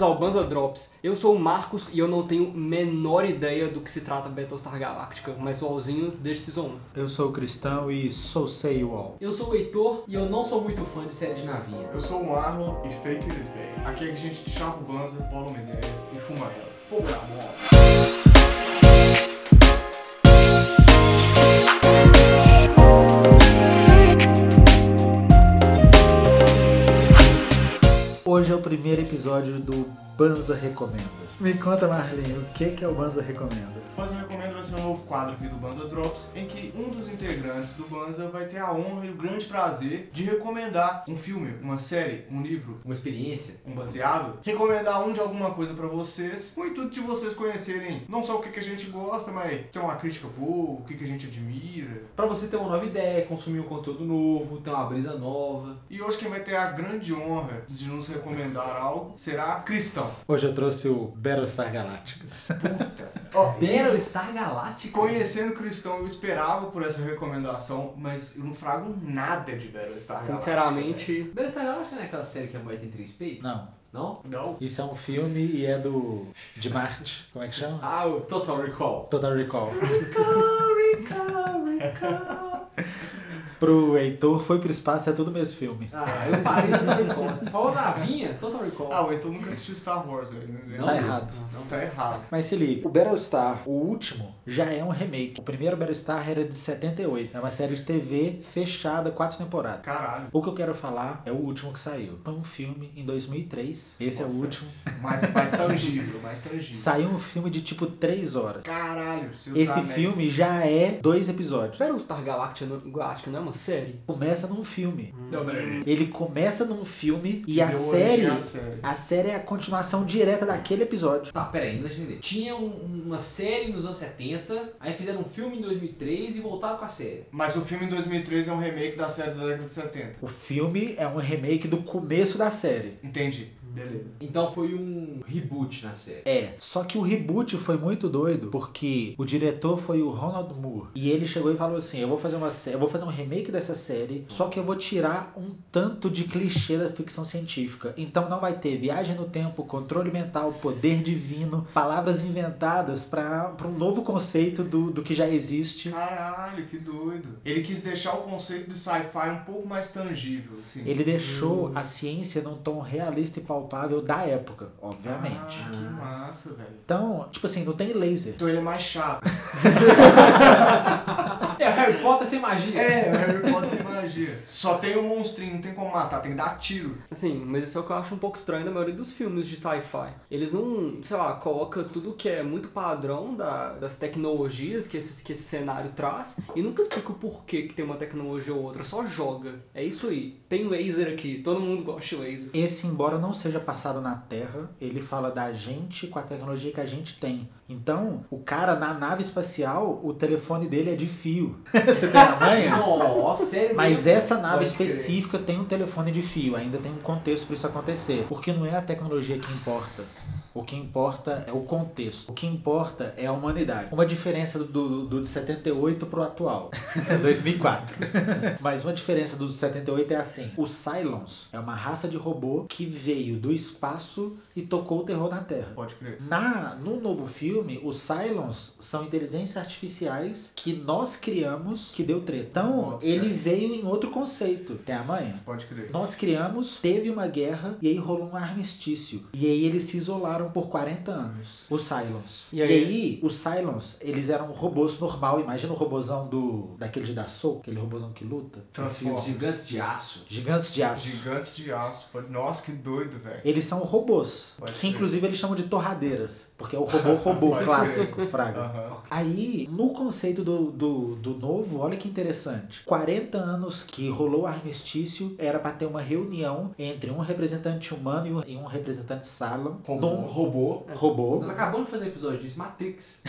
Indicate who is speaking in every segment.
Speaker 1: ao Banza Drops. Eu sou o Marcos e eu não tenho menor ideia do que se trata Battlestar Galactica, mas sou alzinho desde Season 1.
Speaker 2: Eu sou o Cristão e sou sei o all.
Speaker 3: Eu sou o Heitor e eu não sou muito fã de série de navinha.
Speaker 4: Eu sou o Marlon e fake eles bem. Aqui é a gente chava o Banza, bola uma ideia e fuma ela. Fogado.
Speaker 2: Hoje é o primeiro episódio do Banza Recomenda. Me conta, Marlin, o que, que é o Banza Recomenda?
Speaker 4: O Banza Recomendo vai ser um novo quadro aqui do Banza Drops, em que um dos integrantes do Banza vai ter a honra e o grande prazer de recomendar um filme, uma série, um livro,
Speaker 3: Uma experiência.
Speaker 4: um baseado, recomendar um de alguma coisa pra vocês, com o intuito de vocês conhecerem não só o que, que a gente gosta, mas ter uma crítica boa, o que, que a gente admira.
Speaker 3: Pra você ter uma nova ideia, consumir um conteúdo novo, ter uma brisa nova.
Speaker 4: E hoje quem vai ter a grande honra de nos recomendar algo será Cristão.
Speaker 2: Hoje eu trouxe o Battlestar Galactica.
Speaker 4: Ó,
Speaker 3: Battlestar Galáctico.
Speaker 4: Conhecendo Cristão, eu esperava por essa recomendação, mas eu não frago nada de Battlestar Galactica,
Speaker 1: Sinceramente,
Speaker 3: Battlestar Galáctico não é aquela série que a mulher tem três peitos?
Speaker 2: Não.
Speaker 3: Não?
Speaker 4: né? Não.
Speaker 2: Isso é um filme e é do. de Marte. Como é que chama?
Speaker 3: Ah, o Total Recall.
Speaker 2: Total Recall. Pro Heitor, foi pro espaço, é tudo o mesmo filme.
Speaker 3: Ah, eu parei no Total Recall. Você Falou navinha? Total Recall.
Speaker 4: Ah, o Heitor nunca assistiu Star Wars, velho. Não,
Speaker 2: Tá errado.
Speaker 4: Não tá errado.
Speaker 2: Mas se liga, o Battlestar, o último, já é um remake. O primeiro Battlestar era de 78. É uma série de TV fechada, quatro temporadas.
Speaker 4: Caralho.
Speaker 2: O que eu quero falar é o último que saiu. Foi um filme em 2003. Esse é o último.
Speaker 4: Mais, mais tangível, mais tangível.
Speaker 2: Saiu um filme de tipo 3 horas.
Speaker 4: Caralho, seus
Speaker 2: Esse
Speaker 4: anéis.
Speaker 2: filme já é dois episódios.
Speaker 1: Battlestar Galactica não, Galactica não é uma série?
Speaker 2: Começa num filme.
Speaker 4: Não, peraí.
Speaker 2: Ele começa num filme e
Speaker 4: Hum. Deu
Speaker 2: a série,
Speaker 4: origem à série.
Speaker 2: a série é a continuação direta daquele episódio.
Speaker 3: Tá, pera aí, não deixa eu entender. Tinha um- uma série nos anos 70, aí fizeram um filme em 2003 e voltaram com a série.
Speaker 4: Mas o filme em 2003 é um remake da série da década de 70.
Speaker 2: O filme é um remake do começo da série.
Speaker 4: Entendi. Beleza.
Speaker 3: Então foi um reboot na série.
Speaker 2: É, só que o reboot foi muito doido, porque o diretor foi o Ronald Moore. E ele chegou e falou assim: "Eu vou fazer uma sé- eu vou fazer um remake dessa série, só que eu vou tirar um tanto de clichê da ficção científica. Então não vai ter viagem no tempo, controle mental, poder divino, palavras inventadas pra pra um novo conceito do, do que já existe.
Speaker 4: Caralho, que doido. Ele quis deixar o conceito do sci-fi um pouco mais tangível, assim.
Speaker 2: Ele deixou a ciência num tom realista e palpável da época, obviamente.
Speaker 4: Ah, que massa, velho.
Speaker 2: Então, tipo assim, não tem laser.
Speaker 4: Então ele é mais chato.
Speaker 3: É, Harry Potter sem magia.
Speaker 4: É, o Harry Potter sem magia. Só tem um monstrinho, não tem como matar, tem que dar tiro.
Speaker 1: Assim, mas isso é o que eu acho um pouco estranho na maioria dos filmes de sci-fi. Eles não, sei lá, colocam tudo que é muito padrão da- das tecnologias que, esses, que esse cenário traz e nunca explica o porquê que tem uma tecnologia ou outra, só joga. É isso aí. Tem laser aqui, todo mundo gosta de laser.
Speaker 2: Esse, embora não seja passado na Terra, ele fala da gente com a tecnologia que a gente tem. Então, o cara na nave espacial, o telefone dele é de fio. Você tem a manha?
Speaker 3: Nossa, sério
Speaker 2: é. Mas
Speaker 3: mesmo?
Speaker 2: essa nave
Speaker 3: É, Pode crer.
Speaker 2: específica tem um telefone de fio, ainda tem um contexto para isso acontecer. Porque não é a tecnologia que importa. O que importa é o contexto. O que importa é a humanidade. Uma diferença do, do, do de 78 pro atual. É 2004. Mas uma diferença do 78 é assim: os Cylons é uma raça de robô que veio do espaço e tocou o terror na Terra.
Speaker 4: Pode crer.
Speaker 2: Na, no novo filme, os Cylons são inteligências artificiais que nós criamos que deu treta. Então,
Speaker 4: Nossa,
Speaker 2: ele
Speaker 4: cara.
Speaker 2: veio em outro conceito. Tem a manha?
Speaker 4: Pode crer.
Speaker 2: Nós criamos, teve uma guerra e aí rolou um armistício. E aí eles se isolaram por 40 anos, os Cylons.
Speaker 1: E
Speaker 2: E
Speaker 1: aí?
Speaker 2: aí, os Cylons, eles eram robôs normal, imagina o robôzão do daquele de da Soul, aquele robôzão que luta.
Speaker 4: Transformers.
Speaker 3: Gigantes de aço.
Speaker 2: Gigantes de aço.
Speaker 4: Gigantes de aço. pode- Nossa, que doido, velho.
Speaker 2: Eles são robôs,
Speaker 4: Pode
Speaker 2: que
Speaker 4: ser.
Speaker 2: inclusive eles chamam de torradeiras, porque é o robô robô
Speaker 4: Pode
Speaker 2: clássico, fraga.
Speaker 4: Aham.
Speaker 2: Aí, no conceito do, do, do novo, olha que interessante. 40 anos que rolou o armistício, era pra ter uma reunião entre um representante humano e um, e um representante Salon
Speaker 4: Robô.
Speaker 2: num
Speaker 3: robô.
Speaker 2: Robô.
Speaker 3: Nós acabamos de fazer um episódio disso, Matrix.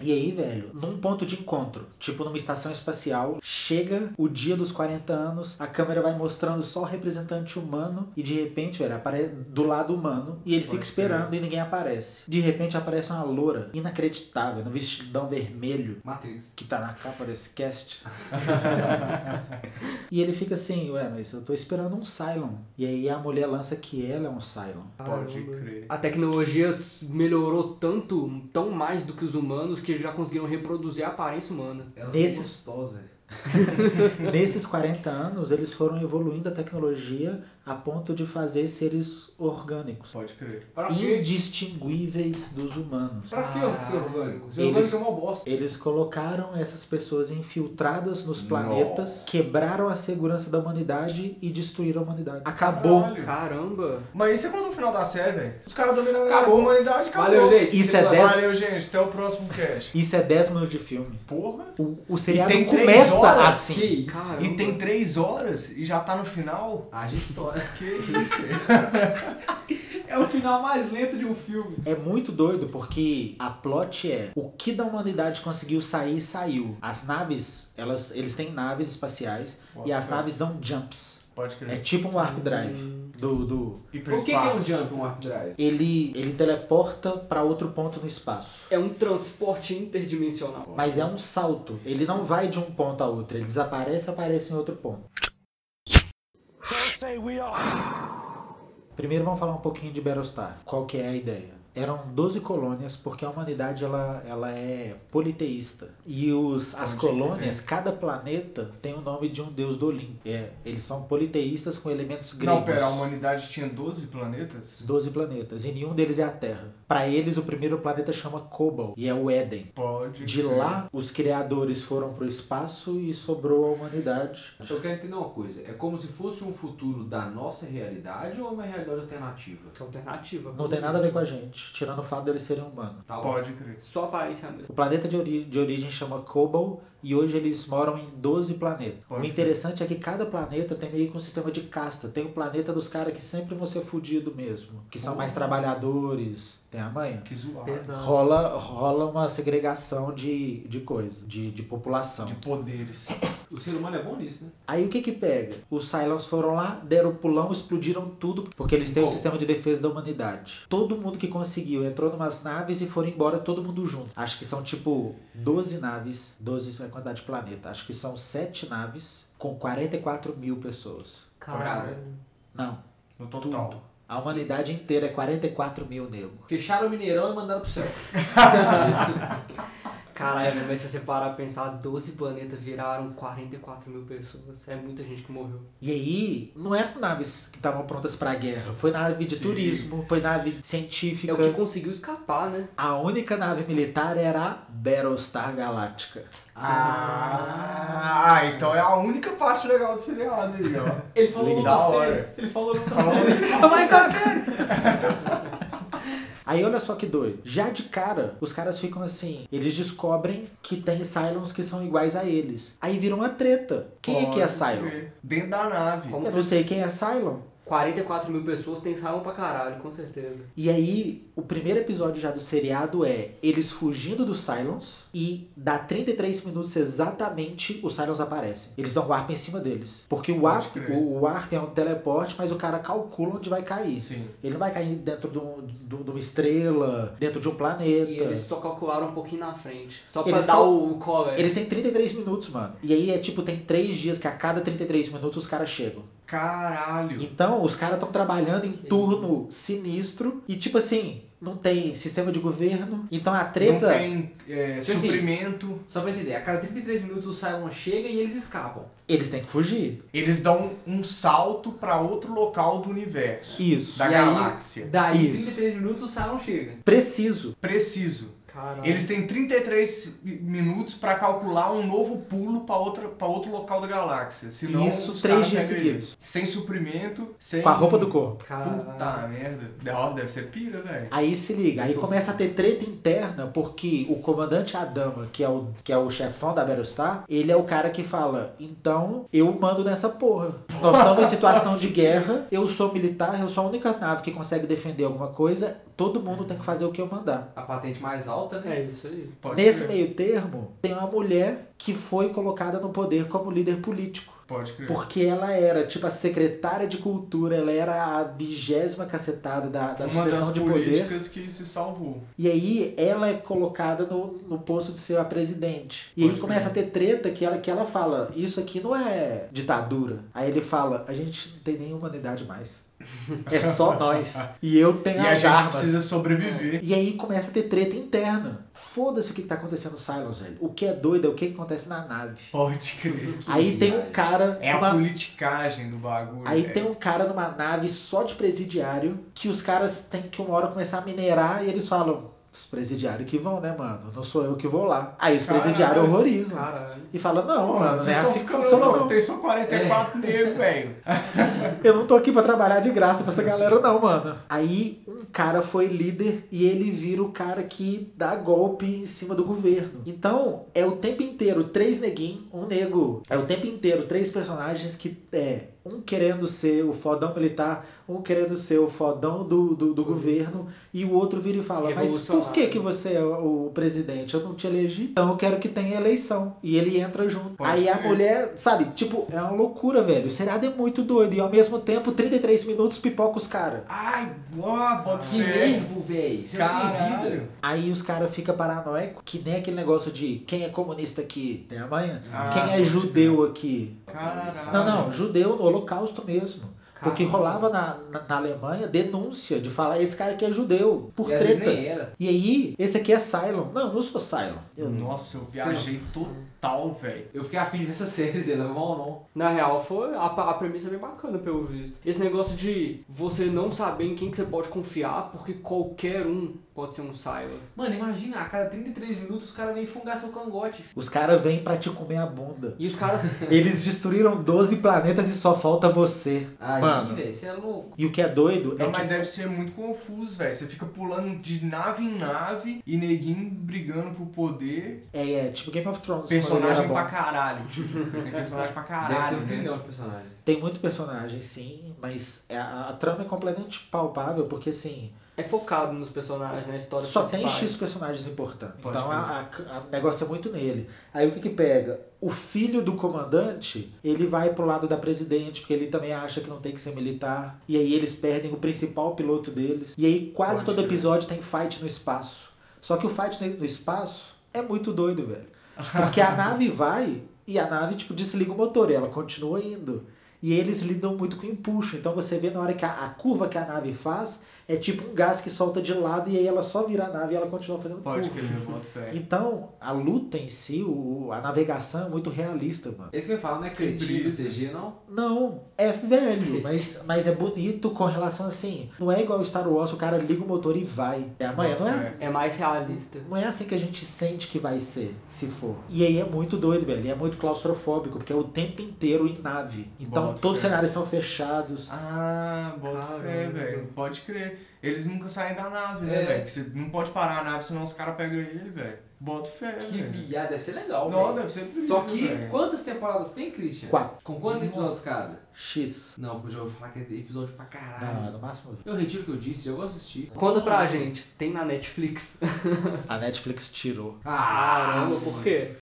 Speaker 2: E aí, velho, num ponto de encontro, tipo numa estação espacial, chega o dia dos 40 anos, a câmera vai mostrando só o representante humano e de repente, velho, aparece do lado humano e ele fica esperando e ninguém aparece. De repente aparece uma loura inacreditável, no vestidão vermelho.
Speaker 3: Matrix.
Speaker 2: Que tá na capa desse cast. e ele fica assim, ué, mas eu tô esperando um Cylon. E aí a mulher lança que ela é um Cylon.
Speaker 4: Pode
Speaker 1: Caramba.
Speaker 4: crer.
Speaker 1: A tecnologia melhorou tanto, tão mais do que os humanos, que já conseguiram reproduzir a aparência humana.
Speaker 3: Ela
Speaker 2: Nesses-
Speaker 3: foi gostosa.
Speaker 2: Nesses 40 anos, eles foram evoluindo a tecnologia a ponto de fazer seres orgânicos,
Speaker 4: Pode crer.
Speaker 3: Para quê?
Speaker 2: indistinguíveis dos humanos.
Speaker 3: Pra quê o seu orgânico? O seu
Speaker 2: Eles-
Speaker 3: orgânico é uma bosta.
Speaker 2: Eles colocaram essas pessoas infiltradas nos planetas, quebraram a segurança da humanidade e destruíram a humanidade. Acabou.
Speaker 4: Caralho.
Speaker 1: Caramba!
Speaker 4: Mas isso é quando o final da série, velho. Os caras dominaram
Speaker 3: Acabou.
Speaker 4: a humanidade, acabou.
Speaker 3: Valeu, gente.
Speaker 2: Isso é
Speaker 3: Esse
Speaker 2: dez-
Speaker 4: Valeu, gente. Até o próximo cast.
Speaker 2: Isso é 10 minutos de filme.
Speaker 4: Porra.
Speaker 2: O, o seriado
Speaker 4: tem três
Speaker 2: começa
Speaker 4: horas?
Speaker 2: assim.
Speaker 3: Sim.
Speaker 1: Caramba.
Speaker 4: E tem três horas e já tá no final?
Speaker 3: Haja história.
Speaker 4: Que isso?
Speaker 3: É o final mais lento de um filme.
Speaker 2: É muito doido porque a plot é o que da humanidade conseguiu sair, saiu. As naves, elas, eles têm naves espaciais
Speaker 4: Bota
Speaker 2: e as
Speaker 4: fé.
Speaker 2: naves dão jumps.
Speaker 4: Pode
Speaker 2: É
Speaker 4: crer.
Speaker 2: tipo um warp drive do, do
Speaker 4: E
Speaker 3: Por que, que é um jump, um warp drive?
Speaker 2: ele ele teleporta pra outro ponto no espaço.
Speaker 1: É um transporte interdimensional.
Speaker 2: Mas é um salto. Ele não vai de um ponto a outro. Ele desaparece e aparece em outro ponto. Primeiro vamos falar um pouquinho de Battlestar. Qual que é a ideia? Eram 12 colônias, porque a humanidade ela, ela é politeísta. E os, as
Speaker 4: Onde é?
Speaker 2: colônias, cada planeta tem o nome de um deus do Olimpo. É, eles são politeístas com elementos gregos.
Speaker 4: Não, pera, a humanidade tinha 12 planetas?
Speaker 2: 12 planetas, e nenhum deles é a Terra. Pra eles, o primeiro planeta chama Cobol, e é o Éden.
Speaker 4: Pode.
Speaker 2: De
Speaker 4: crer.
Speaker 2: lá, os criadores foram pro espaço e sobrou a humanidade.
Speaker 3: Eu quero entender uma coisa. É como se fosse um futuro da nossa realidade ou uma realidade alternativa?
Speaker 1: Que alternativa.
Speaker 2: Não tem nada a ver com a gente, tirando o fato deles serem humanos.
Speaker 3: Tá bom.
Speaker 4: Pode crer.
Speaker 1: Só a aparência mesmo.
Speaker 2: O planeta de, ori- de origem chama Cobol e hoje eles moram em 12 planetas.
Speaker 4: Pode
Speaker 2: o interessante é que cada planeta tem meio que um sistema de casta. Tem o planeta dos caras que sempre vão ser fudido mesmo, que são mais trabalhadores, tem a manha.
Speaker 4: Que zoado.
Speaker 2: Rola, rola uma segregação de, de coisa, de, de população.
Speaker 4: De poderes.
Speaker 3: O ser humano é bom nisso, né?
Speaker 2: Aí o que que pega? Os Cylons foram lá, deram o pulão, explodiram tudo, porque eles têm o
Speaker 3: Bom.
Speaker 2: sistema de defesa da humanidade. Todo mundo que conseguiu entrou numas naves e foram embora, todo mundo junto. Acho que são tipo 12 naves, 12 é a quantidade de planeta. Acho que são 7 naves com 44 mil pessoas.
Speaker 1: Caralho.
Speaker 2: Não,
Speaker 4: No total.
Speaker 2: a humanidade inteira é 44 mil nego.
Speaker 3: Fecharam o Mineirão e mandaram pro céu.
Speaker 1: Caralho, velho, mas se você parar pra pensar, 12 planetas viraram 44 mil pessoas. É muita gente que morreu.
Speaker 2: E aí, não eram naves que estavam prontas pra guerra. Foi nave de
Speaker 4: Sim.
Speaker 2: turismo, foi nave
Speaker 1: É
Speaker 2: científica.
Speaker 1: o que conseguiu escapar, né?
Speaker 2: A única nave militar era a Battlestar Galáctica.
Speaker 4: Ah, então é a única parte legal do seriado aí, ó. um
Speaker 3: Ele falou
Speaker 4: Legal.
Speaker 3: não
Speaker 4: Da
Speaker 3: tá
Speaker 4: hora.
Speaker 3: sério. Ele falou não tá sério.
Speaker 2: um Aí olha só que doido. Já de cara, os caras ficam assim. Eles descobrem que tem Cylons que são iguais a eles. Aí viram uma treta. Quem é que é
Speaker 4: Pode
Speaker 2: Cylon?
Speaker 4: crer. Dentro da nave.
Speaker 1: Como
Speaker 2: Eu não
Speaker 1: se-
Speaker 2: sei quem é Cylon.
Speaker 1: 44 mil pessoas tem salão pra caralho, com certeza.
Speaker 2: E aí, o primeiro episódio já do seriado é eles fugindo dos Cylons e dá 33 minutos exatamente os Cylons aparecem. Eles dão warp em cima deles. Porque o warp,
Speaker 4: crer.
Speaker 2: o warp é um teleporte, mas o cara calcula onde vai cair.
Speaker 4: Sim.
Speaker 2: Ele não vai cair dentro de, um- de- de uma estrela, dentro de um planeta.
Speaker 1: E eles só calcularam um pouquinho na frente. Só pra
Speaker 2: Eles
Speaker 1: dar
Speaker 2: cal-
Speaker 1: o, o cover.
Speaker 2: Eles têm 33 minutos, mano. E aí é tipo, tem 3 dias que a cada 33 minutos os caras chegam.
Speaker 4: Caralho.
Speaker 2: Então, os caras estão trabalhando em turno sinistro e tipo assim, não tem sistema de governo. Então a treta.
Speaker 4: Não tem é,
Speaker 3: Tipo assim,
Speaker 4: suprimento.
Speaker 3: Só pra entender, a cada 33 minutos o Cylon chega e eles escapam.
Speaker 2: Eles têm que fugir.
Speaker 4: Eles dão um salto pra outro local do universo.
Speaker 2: Isso.
Speaker 4: Da
Speaker 3: E aí-
Speaker 4: galáxia.
Speaker 3: Daí,
Speaker 2: Isso.
Speaker 3: 33 minutos o Cylon chega.
Speaker 2: Preciso.
Speaker 4: Preciso.
Speaker 1: Caralho.
Speaker 4: Eles têm 33 mi- minutos pra calcular um novo pulo pra outra- pra outro local da galáxia. Senão
Speaker 2: Isso
Speaker 4: os
Speaker 2: três
Speaker 4: caras
Speaker 2: dias
Speaker 4: pegam
Speaker 2: seguidos.
Speaker 4: eles. Sem suprimento, sem.
Speaker 2: Com a roupa do corpo.
Speaker 1: Caralho.
Speaker 4: Puta merda. Ó, Deve ser pira, velho.
Speaker 2: Aí se liga, aí começa a ter treta interna, porque o comandante Adama, que é o, que é o chefão da Battlestar, ele é o cara que fala: então eu mando nessa porra. Nós estamos em situação de guerra, eu sou militar, eu sou a única nave que consegue defender alguma coisa, todo mundo tem que fazer o que eu mandar.
Speaker 3: A patente mais alta, né?
Speaker 1: É isso aí.
Speaker 4: Pode
Speaker 2: Nesse
Speaker 4: crer.
Speaker 2: meio termo, tem uma mulher que foi colocada no poder como líder político.
Speaker 4: Pode crer.
Speaker 2: Porque ela era, tipo, a secretária de cultura, ela era a vigésima cacetada da, da
Speaker 4: Uma das
Speaker 2: sucessão de poder.
Speaker 4: políticas que se salvou.
Speaker 2: E aí ela é colocada no, no posto de ser a presidente. E
Speaker 4: Pode
Speaker 2: aí
Speaker 4: crer.
Speaker 2: começa a ter treta que ela, que ela fala, isso aqui não é ditadura. Aí ele fala, a gente não tem nem humanidade mais. É só nós. E eu
Speaker 4: E
Speaker 2: tenho
Speaker 4: a
Speaker 2: as
Speaker 4: gente
Speaker 2: armas.
Speaker 4: precisa sobreviver.
Speaker 2: E aí começa a ter treta interna. Foda-se o que, que tá acontecendo no Silence, velho. O que é doido é o que, que acontece na nave.
Speaker 4: Pode crer.
Speaker 2: aí tem um
Speaker 3: viagem.
Speaker 2: cara.
Speaker 4: É a
Speaker 2: numa-
Speaker 4: politicagem do bagulho.
Speaker 2: Aí
Speaker 4: velho.
Speaker 2: tem um cara numa nave só de presidiário que os caras têm que uma hora começar a minerar e eles falam: os presidiários que vão, né, mano? Não sou eu que vou lá. Aí os
Speaker 4: Caralho.
Speaker 2: presidiários horrorizam.
Speaker 1: Caralho.
Speaker 2: E falam: não,
Speaker 4: Pô,
Speaker 2: mano, não
Speaker 4: vocês
Speaker 2: é
Speaker 4: tão
Speaker 2: assim que
Speaker 4: ficando
Speaker 2: funciona,
Speaker 4: louco,
Speaker 2: não. É.
Speaker 4: Tem só 44 negros, velho.
Speaker 2: Eu não tô aqui pra trabalhar de graça pra essa galera, não, mano. Aí um cara foi líder e ele vira o cara que dá golpe em cima do governo. Então, é o tempo inteiro três neguinhos, um nego. É o tempo inteiro três personagens que é. Um querendo ser o fodão militar, um querendo ser o fodão do, do, do governo, e o outro vira e fala: Mas por que,
Speaker 1: Revolucionário.
Speaker 2: que você é o o presidente? Eu não te elegi, então eu quero que tenha eleição. E ele entra junto.
Speaker 4: Pode
Speaker 2: Aí a
Speaker 4: crer.
Speaker 2: mulher, sabe, tipo, é uma loucura, velho. O seriado é muito doido. E ao mesmo tempo, 33 minutos pipoca os caras.
Speaker 4: Ai, ó, bota
Speaker 3: Que
Speaker 4: fé.
Speaker 3: nervo, véi. Você não tem vida.
Speaker 4: Caralho.
Speaker 2: Aí os caras ficam paranoicos, que nem aquele negócio de quem é comunista aqui tem amanhã.
Speaker 4: Ah,
Speaker 2: quem é
Speaker 4: pode Ah, é.
Speaker 2: judeu aqui.
Speaker 4: Caralho.
Speaker 2: Não, não, judeu no holocausto mesmo. Porque
Speaker 1: Caralho.
Speaker 2: rolava na, na, na Alemanha denúncia de falar esse cara aqui é judeu, por
Speaker 3: E às vezes
Speaker 2: tretas.
Speaker 3: nem era.
Speaker 2: E aí, esse aqui é Cylon. Não, não sou Cylon. Eu não.
Speaker 4: Nossa, eu viajei total, velho.
Speaker 3: Eu fiquei afim de ver essa série, se ela é bom ou não.
Speaker 1: Na real, foi a, a premissa é bem bacana, pelo visto. Esse negócio de você não saber em quem que você pode confiar, porque qualquer um pode ser um Cyber.
Speaker 3: Mano, imagina, a cada 33 minutos os caras vêm fungar seu cangote. fi.
Speaker 2: Os caras vêm pra te comer a bunda.
Speaker 1: E os caras.
Speaker 2: Eles destruíram 12 planetas e só falta você.
Speaker 3: Aí,
Speaker 2: Mano.
Speaker 3: velho, você é louco.
Speaker 2: E o que é doido é
Speaker 4: Não,
Speaker 2: que
Speaker 4: mas deve ser muito confuso, velho. Você fica pulando de nave em nave e neguinho brigando pro poder.
Speaker 2: É, é tipo Game of Thrones. quando
Speaker 4: Personagem
Speaker 2: ele era
Speaker 4: pra
Speaker 2: bom.
Speaker 4: caralho. Tipo, tem personagem pra
Speaker 3: Deve
Speaker 4: caralho,
Speaker 3: ter
Speaker 4: né?
Speaker 3: um trilhão de personagens.
Speaker 2: Tem muito personagem, sim, mas é- a, a trama é completamente palpável, porque assim,
Speaker 1: É focado nos personagens, na história
Speaker 2: só tem
Speaker 1: principal.
Speaker 2: X personagens importantes.
Speaker 4: Pode
Speaker 2: então
Speaker 4: crer.
Speaker 2: a- a- a- o negócio é muito nele. Aí o que que pega? O filho do comandante, ele vai pro lado da presidente, porque ele também acha que não tem que ser militar. E aí eles perdem o principal piloto deles. E aí quase
Speaker 4: Pode
Speaker 2: todo
Speaker 4: crer.
Speaker 2: episódio tem fight no espaço. Só que o fight no espaço é muito doido, velho. Porque a nave vai e a nave, tipo, desliga o motor e ela continua indo. E eles lidam muito com empuxo. Então você vê na hora que a, a curva que a nave faz é tipo um gás que solta de lado e aí ela só vira a nave e ela continua fazendo
Speaker 4: Pode
Speaker 2: curva.
Speaker 4: crer, bota fé.
Speaker 2: Então, a luta em si, o, a navegação é muito realista, mano.
Speaker 3: Esse que eu falo não é cretino,
Speaker 4: brisa.
Speaker 3: CG, não?
Speaker 2: Não, é velho, mas, mas é bonito com relação assim. Não é igual Star Wars, o cara liga o motor e vai. É amanhã,
Speaker 4: Bota
Speaker 2: não é
Speaker 4: fé.
Speaker 1: É mais realista.
Speaker 2: não é assim que a gente sente que vai ser, se for. E aí é muito doido, velho. E é muito claustrofóbico, porque é o tempo inteiro em nave. Então
Speaker 4: Bota
Speaker 2: todos os
Speaker 4: fé.
Speaker 2: cenários são fechados.
Speaker 4: Ah, bota fé,
Speaker 1: Caramba.
Speaker 4: velho. Pode crer. Eles nunca saem da nave, né,
Speaker 3: É.
Speaker 4: velho? Que você não pode parar a nave, senão os caras pegam ele, velho. Bota fé,
Speaker 3: Que
Speaker 4: É, velho.
Speaker 3: viado, deve ser legal,
Speaker 4: Não,
Speaker 3: velho.
Speaker 4: deve ser bonito,
Speaker 3: Só que,
Speaker 4: velho. um
Speaker 3: quantas temporadas tem, Christian?
Speaker 2: 4.
Speaker 3: Com quantos episódios cada?
Speaker 2: X.
Speaker 3: Não, porque eu já ouvi falar que é episódio pra
Speaker 2: Ah,
Speaker 3: caralho.
Speaker 2: no máximo.
Speaker 3: Eu retiro o que eu disse, eu vou assistir.
Speaker 1: Conta pra gente, tem na Netflix.
Speaker 2: A Netflix tirou.
Speaker 3: Ah,
Speaker 1: Caramba, por quê?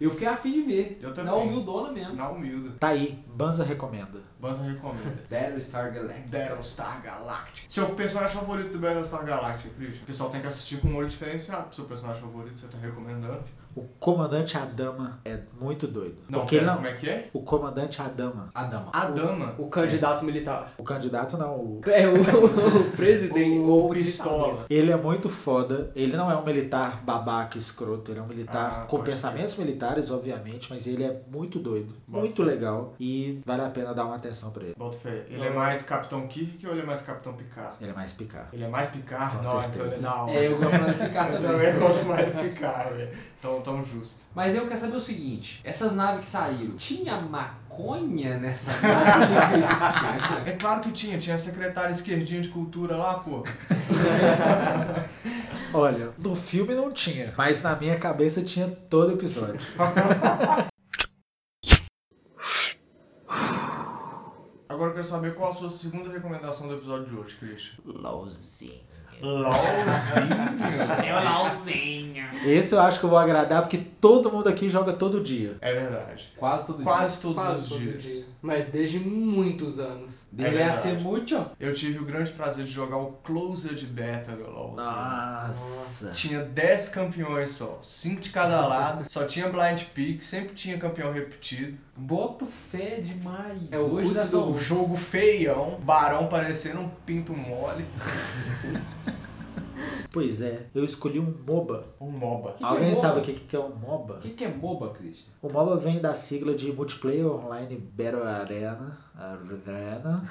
Speaker 3: Eu fiquei afim de ver.
Speaker 4: Eu também.
Speaker 3: Não, humildona mesmo.
Speaker 4: Na humilde.
Speaker 2: Tá aí, Banza recomenda.
Speaker 4: Banza recomenda.
Speaker 3: Battlestar Galactica.
Speaker 4: Battlestar Galactica. Seu personagem favorito do Battlestar Galactica, Christian? O pessoal tem que assistir com um olho diferenciado pro seu personagem favorito, você tá recomendando.
Speaker 2: O comandante Adama é muito doido.
Speaker 4: Não,
Speaker 2: Porque ele
Speaker 4: pera,
Speaker 2: não.
Speaker 4: como é que é?
Speaker 2: O comandante Adama.
Speaker 3: A dama.
Speaker 4: A dama.
Speaker 1: O candidato militar.
Speaker 2: O candidato não. o-
Speaker 1: É o, o presidente.
Speaker 4: O pistola.
Speaker 2: Ele é muito foda. Ele não é um militar babaca, escroto. Ele é um militar
Speaker 4: Ah,
Speaker 2: com
Speaker 4: pode
Speaker 2: pensamentos militares, obviamente, mas ele é muito doido.
Speaker 4: Bota
Speaker 2: muito legal. E vale a pena dar uma atenção pra ele.
Speaker 4: Bota fé. Ele
Speaker 1: Não.
Speaker 4: é mais Capitão Kirk ou ele é mais Capitão Picard?
Speaker 2: Ele é mais picar.
Speaker 4: Ele é mais Picard?
Speaker 2: Com
Speaker 4: não, então
Speaker 2: certeza.
Speaker 4: ele é da hora.
Speaker 3: É, eu gosto mais de
Speaker 4: Cara,
Speaker 3: Picard
Speaker 4: eu
Speaker 3: também.
Speaker 4: também gosto mais do Picard, velho. Então tamo justo.
Speaker 3: Mas eu quero saber o seguinte: essas naves que saíram, tinha maconha nessa nave?
Speaker 4: É claro que tinha, tinha a secretária esquerdinha de cultura lá, pô.
Speaker 2: Olha, no filme não tinha, mas na minha cabeça tinha todo episódio.
Speaker 4: Agora eu quero saber qual a sua segunda recomendação do episódio de hoje, Christian.
Speaker 5: LOLzinho.
Speaker 4: LOLzinho?
Speaker 5: É o LOLzinho.
Speaker 2: Esse eu acho que eu vou agradar porque todo mundo aqui joga todo dia.
Speaker 4: É verdade.
Speaker 3: Quase todo
Speaker 4: Quase todos
Speaker 1: Quase
Speaker 4: os
Speaker 1: todo
Speaker 4: dias.
Speaker 1: dia. Mas desde muitos anos.
Speaker 3: dia. Deve
Speaker 4: verdade.
Speaker 3: ser é assim, muito.
Speaker 4: Eu tive o grande prazer de jogar o Closed Beta do LOLzinho.
Speaker 2: Ah. Nossa.
Speaker 4: Tinha 10 campeões só, 5 de cada lado, só tinha blind pick, sempre tinha campeão repetido.
Speaker 3: Boto fé demais.
Speaker 1: É o
Speaker 3: Hoje já
Speaker 1: Hudson,
Speaker 3: são
Speaker 4: O jogo feião, barão parecendo um pinto mole,
Speaker 2: Pois é, eu escolhi um MOBA.
Speaker 4: um MOBA.
Speaker 3: que é
Speaker 2: Alguém
Speaker 3: MOBA?
Speaker 2: sabe o que que é um MOBA?
Speaker 3: O que, que é MOBA, Christian?
Speaker 2: O MOBA vem da sigla de Multiplayer Online Battle Arena, Arena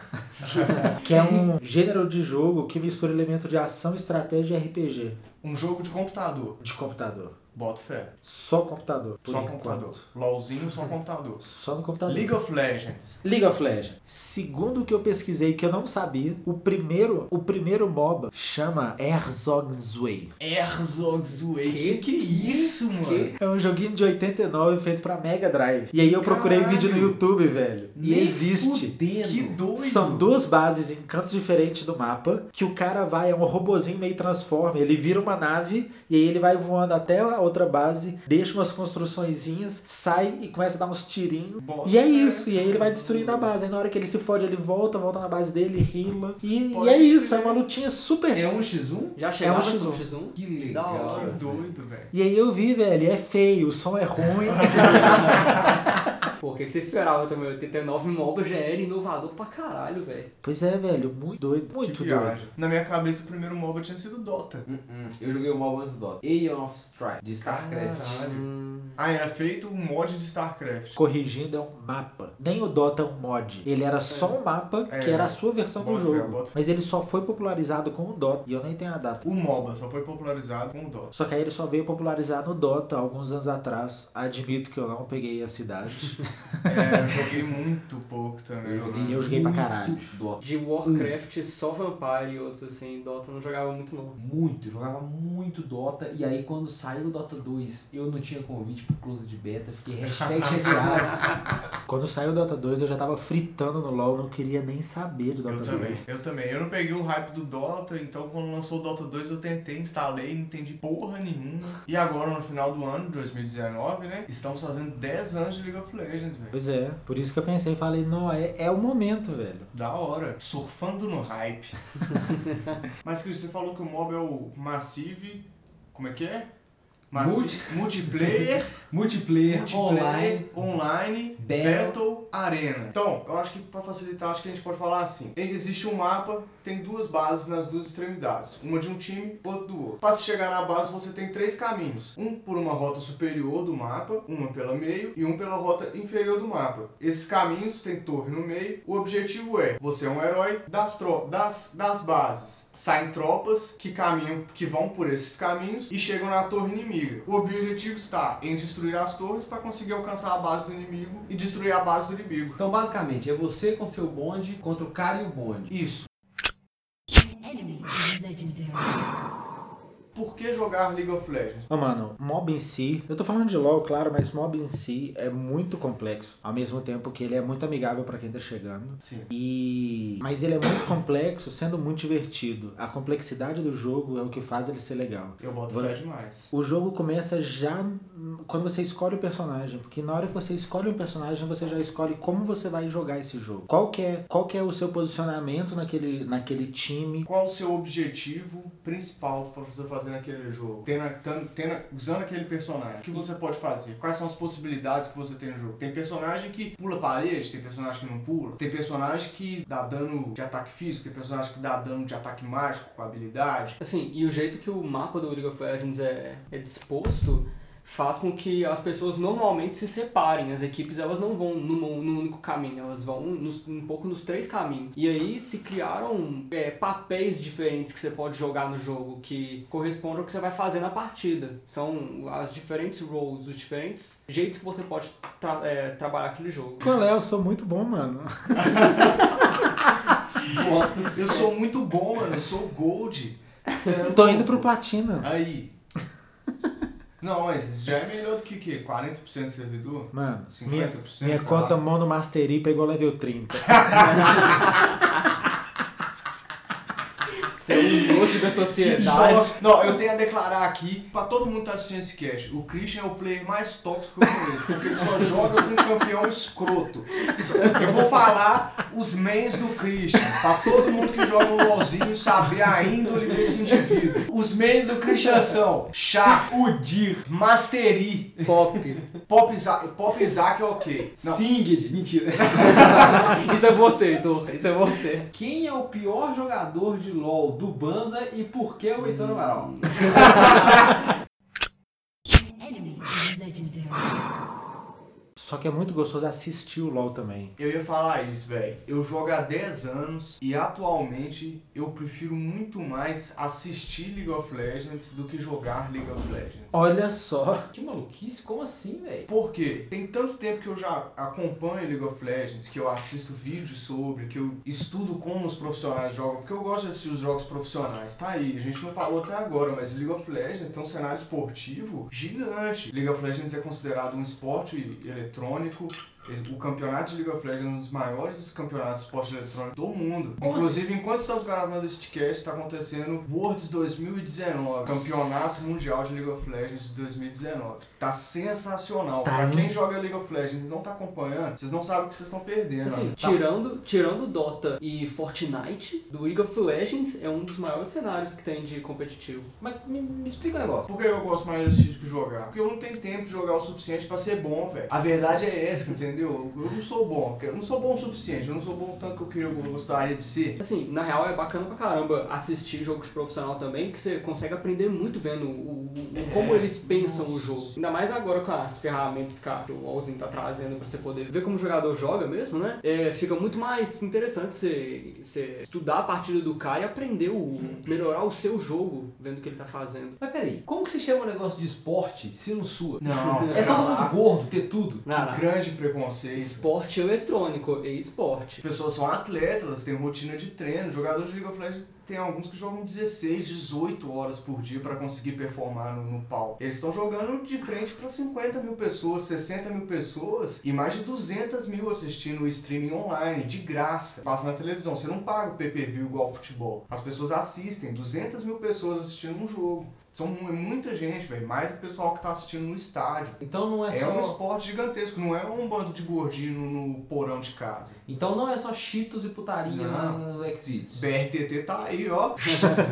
Speaker 2: que é um gênero de jogo que mistura elemento de ação, estratégia e RPG
Speaker 4: Um jogo de computador,
Speaker 2: de computador.
Speaker 4: bota fé.
Speaker 2: Só computador. por
Speaker 4: Só
Speaker 2: enquanto. Tá
Speaker 4: computador. LOLzinho, só computador.
Speaker 2: Só no computador.
Speaker 4: League of Legends.
Speaker 2: League of Legends. Segundo o que eu pesquisei, que eu não sabia, o primeiro, o primeiro MOBA chama Herzog's Way.
Speaker 4: Herzog's Way.
Speaker 1: Que-
Speaker 4: Que que é isso, mano?
Speaker 2: É um joguinho de 89 feito pra Mega Drive. E aí eu procurei
Speaker 4: Caralho.
Speaker 2: vídeo no YouTube, velho. E
Speaker 3: Nem
Speaker 2: existe.
Speaker 3: fudendo.
Speaker 4: Que doido.
Speaker 2: São duas bases em cantos diferentes do mapa, que o cara vai, é um robozinho meio transforme, ele vira uma nave e aí ele vai voando até a outra base, deixa umas construçõezinhas, sai e começa a dar uns tirinhos
Speaker 4: Bota
Speaker 2: E é
Speaker 4: fé.
Speaker 2: isso, e aí ele vai destruindo a base. Aí na hora que ele se fode, ele volta, volta na base dele, rila. E, e
Speaker 4: Pode
Speaker 2: é isso, é
Speaker 4: crer.
Speaker 2: uma lutinha super.
Speaker 3: É um X1?
Speaker 1: Já chegava com
Speaker 2: X1.
Speaker 1: o X1?
Speaker 3: Que
Speaker 1: Da
Speaker 3: legal.
Speaker 4: Que
Speaker 1: hora.
Speaker 4: doido, velho.
Speaker 2: E aí eu vi, velho, é feio, o som é ruim.
Speaker 1: um. Pô, o que, que você esperava também? 89 MOBA já era inovador pra caralho, velho.
Speaker 2: pois é, velho, muito doido. Muito
Speaker 4: que
Speaker 2: doido.
Speaker 4: viagem. Na minha cabeça, o primeiro MOBA tinha sido Dota.
Speaker 3: Hum, hum. Eu joguei o MOBA antes do Dota. Aeon of Strike, de StarCraft.
Speaker 4: Caralho. Ah, era feito um mod de StarCraft.
Speaker 2: Corrigindo é um mapa. Nem o Dota é um mod. Ele era só um mapa que
Speaker 4: É.
Speaker 2: era a sua versão do
Speaker 4: Bota fé,
Speaker 2: jogo.
Speaker 4: bota fé.
Speaker 2: Mas ele só foi popularizado com o Dota. E eu nem tenho a data.
Speaker 4: O MOBA só foi popularizado com o Dota.
Speaker 2: Só que aí ele só veio popularizar no Dota alguns anos atrás. Admito que eu não peguei a cidade.
Speaker 4: É, eu joguei muito pouco também.
Speaker 3: Eu joguei,
Speaker 2: Eu joguei pra
Speaker 3: muito
Speaker 2: caralho.
Speaker 3: Dota.
Speaker 1: De Warcraft, só Vampire e outros assim. Dota não jogava muito não.
Speaker 3: Muito, eu jogava muito Dota. E aí quando saiu o Dota 2, eu não tinha convite pro close de beta. Fiquei hashtag chateado.
Speaker 2: Quando saiu o Dota 2, eu já tava fritando no LoL. Não queria nem saber de Dota
Speaker 4: Eu
Speaker 2: 2.
Speaker 4: também, eu também. Eu não peguei o hype do Dota, então quando lançou o Dota 2 eu tentei, instalei, não entendi porra nenhuma. E agora, no final do ano, 2019, né? Estamos fazendo 10 anos de League of Legends, velho.
Speaker 2: Pois é, por isso que eu pensei e falei, não, é, é o momento, velho.
Speaker 4: Da hora. Surfando no hype. Mas, Cris, você falou que o MOB é o Massive. Como é que é? Massi... Multiplayer,
Speaker 3: Multiplayer, online.
Speaker 4: multiplayer, online,
Speaker 3: Battle.
Speaker 4: Battle Arena. Então, eu acho que pra facilitar, acho que a gente pode falar assim. Existe um mapa, tem duas bases nas duas extremidades. Uma de um time, outra do outro. Pra se chegar na base, você tem três caminhos. Um por uma rota superior do mapa, uma pela meio e um pela rota inferior do mapa. Esses caminhos tem torre no meio. O objetivo é, você é um herói das, tro das, das bases. Saem tropas que caminham, que vão por esses caminhos e chegam na torre inimiga. O objetivo está em destruir as torres para conseguir alcançar a base do inimigo e destruir a base do inimigo.
Speaker 3: Então basicamente é você com seu bonde contra o cara e o bonde.
Speaker 4: Isso.
Speaker 6: Enemy is legendary.
Speaker 4: Por que jogar League of Legends?
Speaker 2: Ô, mano, mob em si, eu tô falando de LoL, claro, mas mob em si é muito complexo. Ao mesmo tempo que ele é muito amigável pra quem tá chegando.
Speaker 4: Sim.
Speaker 2: E. Mas ele é muito complexo, sendo muito divertido. A complexidade do jogo é o que faz ele ser legal.
Speaker 4: Eu boto
Speaker 2: Bora.
Speaker 4: fé demais.
Speaker 2: O jogo começa já hum, quando você escolhe o personagem, porque na hora que você escolhe um personagem, você já escolhe como você vai jogar esse jogo. Qual que é, qual que é o seu posicionamento naquele, naquele time?
Speaker 4: Qual o seu objetivo principal para você fazer fazer naquele jogo, tendo, tendo- tendo- usando aquele personagem, o que você pode fazer, quais são as possibilidades que você tem no jogo. Tem personagem que pula parede, tem personagem que não pula, tem personagem que dá dano de ataque físico, tem personagem que dá dano de ataque mágico com habilidade.
Speaker 1: Assim, e o jeito que o mapa do League of Legends é, é disposto faz com que as pessoas normalmente se separem. As equipes elas não vão numa, num único caminho, elas vão nos- um pouco nos três caminhos. E aí se criaram é, papéis diferentes que você pode jogar no jogo que correspondem ao que você vai fazer na partida. São as diferentes roles, os diferentes jeitos que você pode tra- é, trabalhar aquele jogo.
Speaker 2: Qual é? Eu sou muito bom, mano.
Speaker 4: Eu sou muito bom, mano, eu sou gold. Você é
Speaker 2: Tô
Speaker 4: louco.
Speaker 2: indo pro platina.
Speaker 4: Aí. Não, mas isso já é melhor do que o quê? 40% do servidor?
Speaker 2: Mano,
Speaker 4: 50%,
Speaker 2: minha,
Speaker 4: sei
Speaker 2: minha
Speaker 4: lá.
Speaker 2: conta Mono Mastery pegou level 30.
Speaker 1: Você é um gosto da sociedade.
Speaker 4: Nossa, não, eu tenho a declarar aqui pra todo mundo que tá assistindo esse cast. O Christian é o player mais tóxico que eu conheço, porque ele só joga com um campeão escroto. Eu vou falar os mens do Christian, pra todo mundo que joga um LOLzinho saber a índole desse indivíduo. Os mens do Christian são Chá, Udir, Mastery,
Speaker 1: Pop.
Speaker 4: Pop Isaac, Pop Isaac é ok. Não,
Speaker 3: Singed, mentira.
Speaker 1: Isso é você, Heitor. Isso é você.
Speaker 3: Quem é o pior jogador de LoL do Banza e por que o Heitor Amaral?
Speaker 6: An enemy is legendary.
Speaker 2: Só que é muito gostoso assistir o LoL também.
Speaker 4: Eu ia falar isso, velho. Eu jogo há 10 anos e atualmente eu prefiro muito mais assistir League of Legends do que jogar League of Legends.
Speaker 2: Olha só.
Speaker 3: Ah, Que maluquice, como assim, velho?
Speaker 4: Por quê? Tem tanto tempo que eu já acompanho League of Legends, que eu assisto vídeos sobre, que eu estudo como os profissionais jogam, porque eu gosto de assistir os jogos profissionais. Tá aí, a gente não falou até agora, mas League of Legends tem um cenário esportivo gigante. League of Legends é considerado um esporte eletrônico. O campeonato de League of Legends é um dos maiores campeonatos de esporte eletrônico do mundo.
Speaker 3: Como
Speaker 4: Inclusive, enquanto estamos gravando este cast, está acontecendo Worlds 2019, Campeonato Mundial de League of Legends de 2019. Tá sensacional.
Speaker 2: Tá,
Speaker 4: pra
Speaker 2: hein?
Speaker 4: quem joga League of Legends e não tá acompanhando, vocês não sabem o que vocês estão perdendo.
Speaker 1: Assim,
Speaker 4: né? Tá
Speaker 1: tirando, tirando Dota e Fortnite, do League of Legends é um dos maiores cenários que tem de competitivo.
Speaker 3: Mas me, me explica um negócio.
Speaker 4: Por que eu gosto mais de assistir do que jogar? Porque eu não tenho tempo de jogar o suficiente pra ser bom, velho. A verdade é essa, entendeu? Eu não sou bom, porque eu não sou bom o suficiente, eu não sou bom o tanto que eu queria, eu gostaria de ser.
Speaker 1: Assim, na real é bacana pra caramba assistir jogos profissional também, que você consegue aprender muito vendo o, o- o- como eles pensam o jogo. Ainda mais agora com as ferramentas que a- que o LoLzinho tá trazendo pra você poder ver como o jogador joga mesmo, né? É, fica muito mais interessante você, você estudar a partida do cara e aprender o. melhorar o seu jogo vendo o que ele tá fazendo.
Speaker 3: Mas peraí, como que você chama um negócio de esporte se não sua?
Speaker 4: Não,
Speaker 3: É
Speaker 4: pera
Speaker 3: todo
Speaker 4: lá.
Speaker 3: mundo gordo, ter tudo.
Speaker 1: Não, não.
Speaker 4: Grande preconceito.
Speaker 1: Esporte eletrônico e esporte.
Speaker 4: As pessoas são atletas, elas têm rotina de treino. Jogadores de League of Legends tem alguns que jogam 16, 18 horas por dia pra conseguir performar no, no pau. Eles estão jogando de frente pra 50 mil pessoas, 60 mil pessoas e mais de 200 mil assistindo o streaming online, de graça. Passa na televisão, você não paga o PPV igual ao futebol. As pessoas assistem, 200 mil pessoas assistindo um jogo. São mu- é muita gente, velho. Mais o pessoal que tá assistindo no estádio.
Speaker 3: Então não é,
Speaker 4: É
Speaker 3: só.
Speaker 4: um esporte gigantesco, não é um bando de gordinho no porão de casa.
Speaker 3: Então não é só cheetos e putaria
Speaker 4: Não.
Speaker 3: no, no Xvideos.
Speaker 4: BRTT tá aí, ó.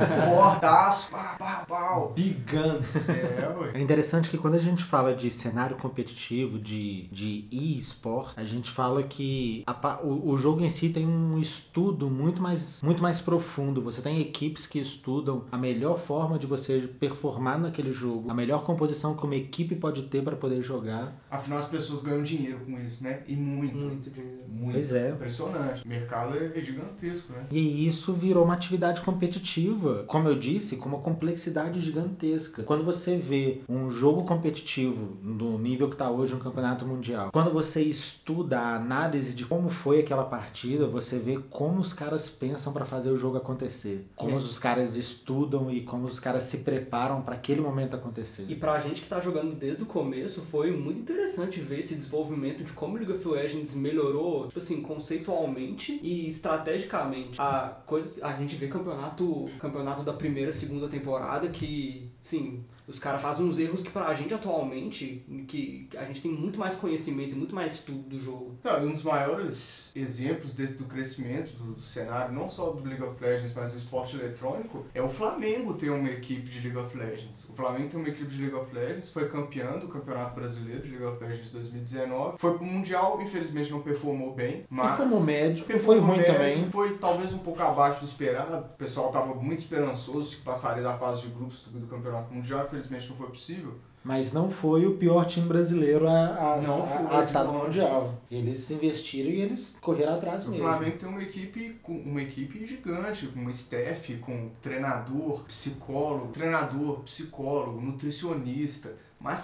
Speaker 4: Fortaço. Pau, pau, pau.
Speaker 3: Big Guns.
Speaker 4: É, ué.
Speaker 2: É interessante que quando a gente fala de cenário competitivo, de, de e-sport, a gente fala que a pa- o, o jogo em si tem um estudo muito mais, muito mais profundo. Você tem equipes que estudam a melhor forma de você performar naquele jogo, a melhor composição que uma equipe pode ter para poder jogar.
Speaker 4: Afinal, as pessoas ganham dinheiro com isso, né? E muito.
Speaker 1: Muito dinheiro.
Speaker 3: Muito.
Speaker 2: Pois é.
Speaker 4: Impressionante. O mercado é gigantesco, né?
Speaker 2: E isso virou uma atividade competitiva, como eu disse, com uma complexidade gigantesca. Quando você vê um jogo competitivo do nível que está hoje um campeonato mundial, quando você estuda a análise de como foi aquela partida, você vê como os caras pensam para fazer o jogo acontecer, como os caras estudam e como os caras se preparam para aquele momento acontecer.
Speaker 1: E pra gente que tá jogando desde o começo, foi muito interessante ver esse desenvolvimento de como League of Legends melhorou, tipo assim, conceitualmente e estrategicamente. A, coisa, a gente vê campeonato, campeonato da primeira, segunda temporada que que, sim, os caras fazem uns erros que pra gente atualmente, que a gente tem muito mais conhecimento e muito mais estudo do jogo.
Speaker 4: Não, e um dos maiores exemplos desse do crescimento do cenário, não só do League of Legends, mas do esporte eletrônico, é o Flamengo ter uma equipe de League of Legends. O Flamengo tem uma equipe de League of Legends, foi campeão do Campeonato Brasileiro de League of Legends 2019, foi pro Mundial, infelizmente não performou bem, mas...
Speaker 2: Performou médio, foi ruim
Speaker 4: médio,
Speaker 2: também.
Speaker 4: Foi talvez um pouco abaixo do esperado. O pessoal tava muito esperançoso de que passaria da fase de grupos do, do Campeonato Mundial. Infelizmente não foi possível.
Speaker 2: Mas não foi o pior time brasileiro a, a,
Speaker 4: Não foi, é
Speaker 2: a, a
Speaker 4: de
Speaker 2: tá no
Speaker 4: longe.
Speaker 2: Mundial. Eles investiram e eles correram atrás
Speaker 4: O
Speaker 2: mesmo.
Speaker 4: Flamengo tem uma equipe, com- uma equipe gigante, com staff, com um treinador, psicólogo, treinador, psicólogo, nutricionista,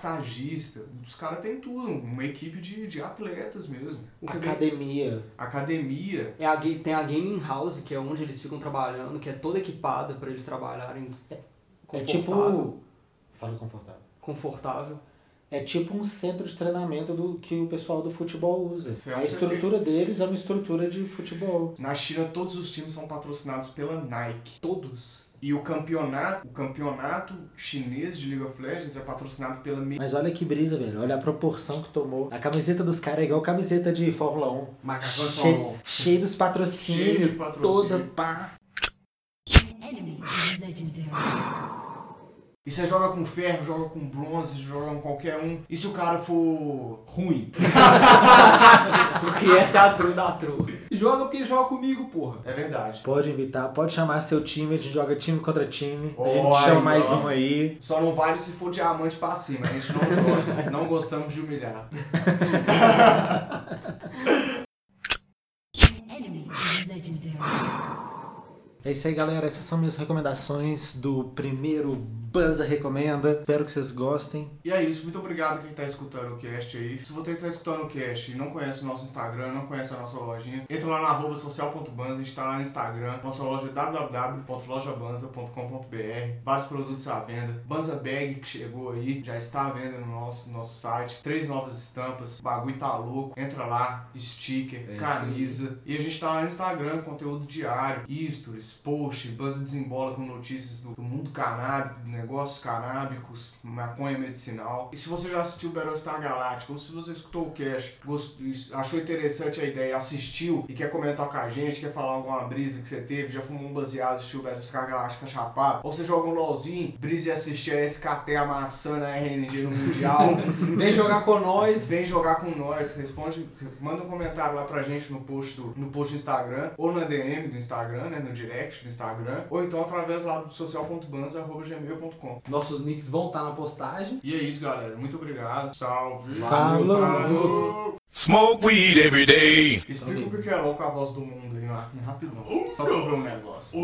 Speaker 4: massagista. Os caras têm tudo, uma equipe de, de atletas mesmo.
Speaker 1: O que é bem-
Speaker 2: Academia.
Speaker 4: Academia.
Speaker 1: é a, ga- tem a Gaming House, que é onde eles ficam trabalhando, que é toda equipada pra eles trabalharem
Speaker 2: É
Speaker 1: confortável.
Speaker 2: tipo. Fala confortável.
Speaker 1: Confortável.
Speaker 2: É tipo um centro de treinamento do que o pessoal do futebol usa.
Speaker 4: É,
Speaker 2: a
Speaker 4: você
Speaker 2: estrutura deles é uma estrutura de futebol.
Speaker 4: Na China, todos os times são patrocinados pela Nike.
Speaker 1: Todos.
Speaker 4: E o campeonato, o campeonato chinês de League of Legends é patrocinado pela Mi-
Speaker 2: Mas olha que brisa, velho. Olha a proporção que tomou. A camiseta dos caras é igual camiseta de Fórmula 1.
Speaker 3: Macacão de
Speaker 2: Cheio-
Speaker 3: Fórmula
Speaker 2: Cheio dos patrocínios,
Speaker 4: Cheio um. de patrocínio.
Speaker 2: toda pá.
Speaker 6: An enemy is legendary.
Speaker 4: E você joga com ferro, joga com bronze, joga com qualquer um. E se o cara for ruim?
Speaker 1: Porque essa é a tru da tru.
Speaker 3: Joga porque joga comigo, porra.
Speaker 4: É verdade.
Speaker 2: Pode invitar, pode chamar seu time, a gente joga time contra time. a
Speaker 4: Olha.
Speaker 2: gente chama mais um aí.
Speaker 4: Só não vale se for diamante pra cima. A gente não joga. não gostamos de humilhar.
Speaker 6: An enemy is legendary.
Speaker 2: É isso aí, galera. Essas são minhas recomendações do primeiro Banza Recomenda. Espero que vocês gostem.
Speaker 4: E é isso. Muito obrigado quem tá escutando o cast aí. Se você tá escutando o cast e não conhece o nosso Instagram, não conhece a nossa lojinha, entra lá na arroba social.banza. A gente tá lá no Instagram. Nossa loja é www.lojabanza.com.br. Vários produtos à venda. Banza Bag que chegou aí. Já está à venda no nosso, nosso site. Três novas estampas. O bagulho tá louco. Entra lá. Sticker,
Speaker 3: É isso aí.
Speaker 4: camisa. Isa. E a gente tá lá no Instagram, conteúdo diário, stories, post, buzz desembola com notícias do, do mundo canábico, do negócios canábicos, maconha medicinal. E se você já assistiu Battlestar Galáctica, ou se você escutou o cast, gost- achou interessante a ideia, assistiu e quer comentar com a gente, quer falar alguma brisa que você teve, já fumou um baseado, assistiu Battlestar Galáctica chapado, ou você joga um LOLzinho, brisa e assistir a SKT amassando a RNG no Mundial.
Speaker 3: Vem jogar com nós.
Speaker 4: Vem jogar com nós, responde, manda um comentário lá pra gente no post do, no post do Instagram, ou na DM do Instagram, né, no direct do Instagram, ou então através lá do social.bans.gmail.com.
Speaker 3: Nossos nicks vão estar na postagem.
Speaker 4: E é isso, galera. Muito obrigado. Salve.
Speaker 2: Falou.
Speaker 4: Falou.
Speaker 7: Smoke weed every day. Uh,
Speaker 4: Explica o que é louco a voz do mundo aí, Marquinhos, rapidão. Só pra eu ver um negócio.